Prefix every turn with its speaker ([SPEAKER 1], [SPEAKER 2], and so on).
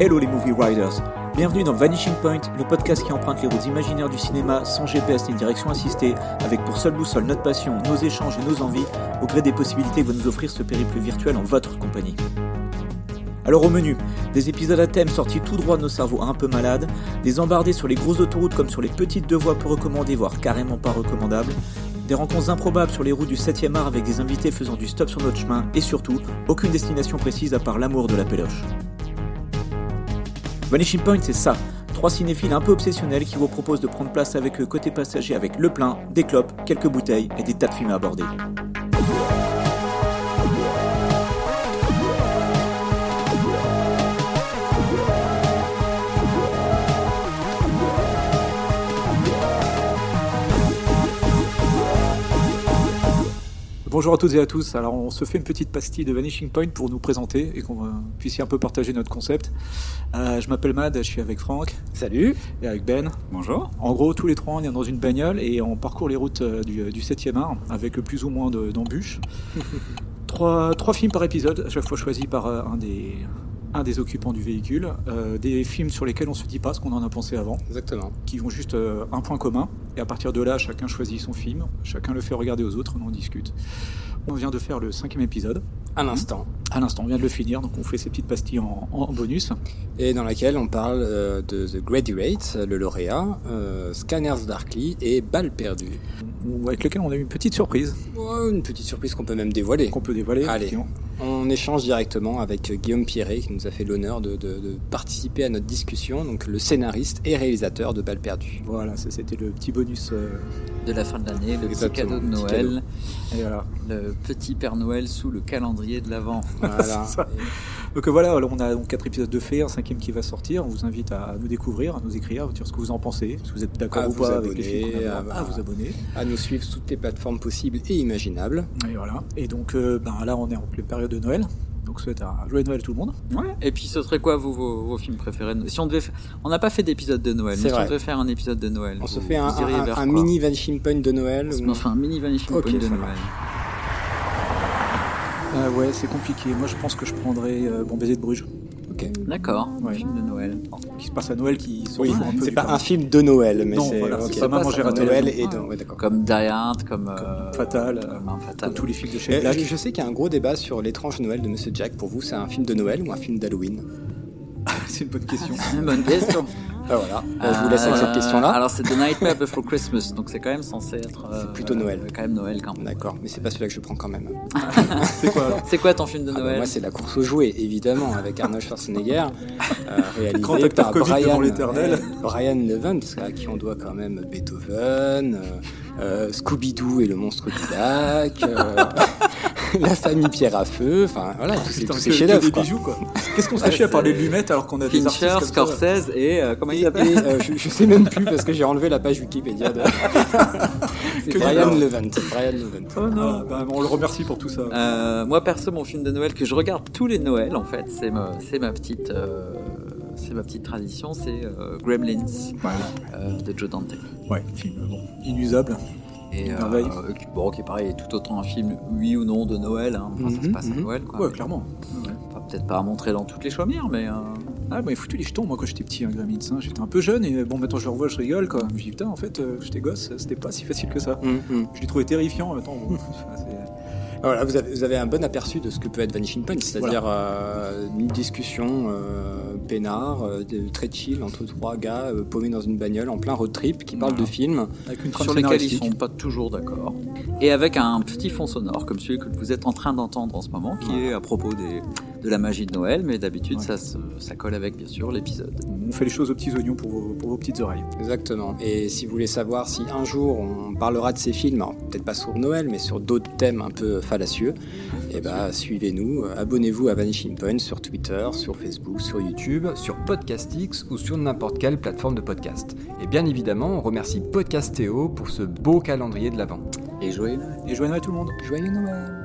[SPEAKER 1] Hello les movie writers Bienvenue dans Vanishing Point, le podcast qui emprunte les routes imaginaires du cinéma sans GPS ni direction assistée, avec pour seule boussole notre passion, nos échanges et nos envies, au gré des possibilités que va nous offrir ce périple virtuel en votre compagnie. Alors au menu, des épisodes à thème sortis tout droit de nos cerveaux un peu malades, des embardés sur les grosses autoroutes comme sur les petites deux voies peu recommandées, voire carrément pas recommandables, des rencontres improbables sur les routes du 7e art avec des invités faisant du stop sur notre chemin et surtout, aucune destination précise à part l'amour de la péloche. Vanishing Point, c'est ça. Trois cinéphiles un peu obsessionnels qui vous proposent de prendre place avec eux côté passager avec le plein, des clopes, quelques bouteilles et des tas de films à aborder. Bonjour à toutes et à tous. Alors, on se fait une petite pastille de Vanishing Point pour nous présenter et qu'on euh, puisse un peu partager notre concept. Euh, je m'appelle Mad, je suis avec Franck
[SPEAKER 2] Salut.
[SPEAKER 1] et avec Ben.
[SPEAKER 3] Bonjour.
[SPEAKER 1] En gros, tous les trois, on est dans une bagnole et on parcourt les routes euh, du, du 7e art avec plus ou moins de- d'embûches. trois, trois films par épisode, à chaque fois choisis par euh, un des, un des occupants du véhicule. Euh, des films sur lesquels on se dit pas ce qu'on en a pensé avant,
[SPEAKER 2] Exactement.
[SPEAKER 1] qui ont juste euh, un point commun. Et à partir de là, chacun choisit son film, chacun le fait regarder aux autres, on en discute. On vient de faire le cinquième épisode.
[SPEAKER 2] Un instant.
[SPEAKER 1] À l'instant, on vient de le finir, donc on fait ces petites pastilles en, en bonus.
[SPEAKER 2] Et dans laquelle on parle euh, de The Graduate, le lauréat, euh, Scanners Darkly et Balles perdues.
[SPEAKER 1] ou Avec lequel on a eu une petite surprise
[SPEAKER 2] Ouais, une petite surprise qu'on peut même dévoiler.
[SPEAKER 1] qu'on peut dévoiler.
[SPEAKER 2] Allez.
[SPEAKER 1] effectivement.
[SPEAKER 2] On échange directement avec Guillaume Pierret qui nous a fait l'honneur de, de- de participer à notre discussion, donc le scénariste et réalisateur de Balles perdues.
[SPEAKER 1] Voilà, ça c'était le petit bonus. euh,
[SPEAKER 3] De la fin de l'année, le petit
[SPEAKER 2] Exactement,
[SPEAKER 3] cadeau de
[SPEAKER 2] petit
[SPEAKER 3] Noël,
[SPEAKER 1] et voilà.
[SPEAKER 3] le petit Père Noël sous le calendrier de l'Avent.
[SPEAKER 2] Voilà.
[SPEAKER 1] ça. Donc euh, voilà, alors on a donc quatre épisodes de fait, un cinquième qui va sortir. On vous invite à nous découvrir, à nous écrire, à dire ce que vous en pensez, si vous ah bah. êtes d'accord
[SPEAKER 2] À
[SPEAKER 1] ou
[SPEAKER 2] vous
[SPEAKER 1] pas avec les films qu'on
[SPEAKER 2] abonner,
[SPEAKER 1] aborde,
[SPEAKER 2] à-
[SPEAKER 1] à vous abonner.
[SPEAKER 2] à nous suivre sur toutes les plateformes possibles et imaginables.
[SPEAKER 1] Et voilà. Et donc euh, ben, là, on est en pleine période de Noël. Donc souhaite un joyeux Noël à tout le monde.
[SPEAKER 3] Ouais. Et puis ce serait quoi vous, vos, vos films préférés de- Si on devait, fa- on n'a pas fait d'épisode de Noël.
[SPEAKER 2] C'est
[SPEAKER 3] mais
[SPEAKER 2] vrai.
[SPEAKER 3] Si on devait faire un épisode de Noël,
[SPEAKER 2] On se
[SPEAKER 3] vous-
[SPEAKER 2] fait un,
[SPEAKER 3] vous iriez
[SPEAKER 2] un-
[SPEAKER 3] vers
[SPEAKER 2] un
[SPEAKER 3] quoi
[SPEAKER 2] mini vanishing point de Noël.
[SPEAKER 3] On
[SPEAKER 2] où-
[SPEAKER 3] se fait un mini vanishing
[SPEAKER 2] Ok,
[SPEAKER 3] point de
[SPEAKER 2] ça
[SPEAKER 3] Noël.
[SPEAKER 1] Euh, ouais, c'est compliqué. Moi, je pense que je prendrais euh, Bon baiser de Bruges,
[SPEAKER 2] Ok.
[SPEAKER 3] D'accord. un
[SPEAKER 1] Ouais.
[SPEAKER 3] Film de Noël.
[SPEAKER 1] qui se passe à Noël, qui sort
[SPEAKER 2] Oui,
[SPEAKER 1] un peu
[SPEAKER 2] c'est
[SPEAKER 1] du
[SPEAKER 2] pas
[SPEAKER 1] commun.
[SPEAKER 2] un film de Noël, mais
[SPEAKER 1] Non,
[SPEAKER 2] c'est
[SPEAKER 1] voilà,
[SPEAKER 2] ok.
[SPEAKER 1] c'est pas Maman, j'ai raté
[SPEAKER 2] Noël
[SPEAKER 1] l'avion.
[SPEAKER 2] et de... ouais, d'accord.
[SPEAKER 3] Comme Die Hard, comme, euh,
[SPEAKER 1] Fatal, Eh,
[SPEAKER 3] comme un Fatal.
[SPEAKER 1] Comme tous les films de chez
[SPEAKER 2] Euh,
[SPEAKER 1] Black.
[SPEAKER 2] je, je sais qu'il y a un gros débat sur l'étrange Noël de Monsieur Jack. Pour vous, c'est un film de Noël ou un film d'Halloween
[SPEAKER 1] c'est une bonne question.
[SPEAKER 3] Bonne question.
[SPEAKER 2] Ah, Voilà, Euh, je vous laisse avec cette
[SPEAKER 3] Euh,
[SPEAKER 2] question-là.
[SPEAKER 3] Alors c'est The Nightmare Before Christmas, donc c'est quand même censé être. euh,
[SPEAKER 2] C'est plutôt Noël.
[SPEAKER 3] Quand même Noël quand même.
[SPEAKER 2] D'accord, mais c'est pas celui-là que je prends quand même.
[SPEAKER 1] c'est quoi alors
[SPEAKER 3] C'est quoi ton film de
[SPEAKER 2] Ah bah,
[SPEAKER 3] Noël
[SPEAKER 2] moi, c'est La course aux jouets, évidemment, avec Arnold Schwarzenegger, euh, réalisé
[SPEAKER 1] Grand acteur
[SPEAKER 2] par
[SPEAKER 1] comique
[SPEAKER 2] Brian,
[SPEAKER 1] devant l'éternel.
[SPEAKER 2] euh, Brian Levant, à qui on doit quand même Beethoven, euh, euh, Scooby-Doo et le monstre du lac, euh, La famille Pierre à feu, enfin voilà, tous ces,
[SPEAKER 1] Putain,
[SPEAKER 2] tous
[SPEAKER 1] que-
[SPEAKER 2] ces
[SPEAKER 1] que
[SPEAKER 2] chefs-d'œuvre.
[SPEAKER 1] des
[SPEAKER 2] quoi.
[SPEAKER 1] bijoux, quoi. Qu'est-ce qu'on se
[SPEAKER 3] Ouais,
[SPEAKER 1] fait chier à parler de
[SPEAKER 3] c'est-
[SPEAKER 1] lunettes alors qu'on a des artistes
[SPEAKER 3] Fincher,
[SPEAKER 1] comme ça, là
[SPEAKER 3] Scorsese et euh, comment il
[SPEAKER 2] Et,
[SPEAKER 3] s'appelle
[SPEAKER 2] euh, je, je sais même plus parce que j'ai enlevé la page Wikipédia de
[SPEAKER 1] Que
[SPEAKER 2] Brian
[SPEAKER 1] du-
[SPEAKER 2] Levant. Brian Levant.
[SPEAKER 1] Oh non, bah, on le remercie pour tout ça.
[SPEAKER 3] Euh, moi perso, mon film de Noël que je regarde tous les Noëls en fait, c'est ma, c'est ma petite, euh, c'est ma petite tradition, c'est euh, Gremlins euh, de Joe Dante.
[SPEAKER 1] Ouais, film bon, inusable.
[SPEAKER 3] Et euh,
[SPEAKER 1] Merveille.
[SPEAKER 3] euh, qui- bon, qui est pareil, tout autant un film oui ou non de Noël. hein. Enfin, ça se
[SPEAKER 2] Mhm,
[SPEAKER 3] passe à
[SPEAKER 2] mhm.
[SPEAKER 3] Noël, quoi.
[SPEAKER 1] Ouais,
[SPEAKER 3] Mais-
[SPEAKER 1] clairement.
[SPEAKER 3] enfin, peut-être pas à montrer dans toutes les chaumières, mais euh,
[SPEAKER 1] Ah, mais foutu les jetons, moi, quand j'étais petit, hein, Gremlins. hein. J'étais un peu jeune et bon, maintenant je le revois, je rigole, quoi. Je me dis, putain, en fait, euh, j'étais gosse, c'était pas si facile que ça.
[SPEAKER 2] Hum, hum.
[SPEAKER 1] Je l'ai trouvé terrifiant. Attends, bon, enfin, c'est-
[SPEAKER 2] Voilà, vous avez, vous avez un bon aperçu de ce que peut être Vanishing Point, c'est-à-dire euh, une discussion euh, peinard, euh, de- très chill entre trois gars euh, paumés dans une bagnole en plein road trip qui parlent de films.
[SPEAKER 1] avec une trame
[SPEAKER 3] sur lesquels ils
[SPEAKER 1] scénaristique.
[SPEAKER 3] sont pas toujours d'accord. Et avec un petit fond sonore comme celui que vous êtes en train d'entendre en ce moment, qui est à propos des, de la magie de Noël, mais d'habitude
[SPEAKER 1] Ouais.
[SPEAKER 3] ça, se- ça colle avec bien sûr l'épisode.
[SPEAKER 1] On fait les choses aux petits oignons pour vos, pour vos petites oreilles.
[SPEAKER 2] Exactement. Et si vous voulez savoir si un jour on parlera de ces films, alors, peut-être pas sur Noël, mais sur d'autres thèmes un peu fallacieux, eh ben suivez-nous, euh, abonnez-vous à Vanishing Point sur Twitter, sur Facebook, sur YouTube.
[SPEAKER 4] sur Podcastix ou sur n'importe quelle plateforme de podcast. Et bien évidemment, on remercie Podcastéo pour ce beau calendrier de l'Avent.
[SPEAKER 3] Et jouer
[SPEAKER 1] Et joignez à tout le monde.
[SPEAKER 2] Joyeux Noël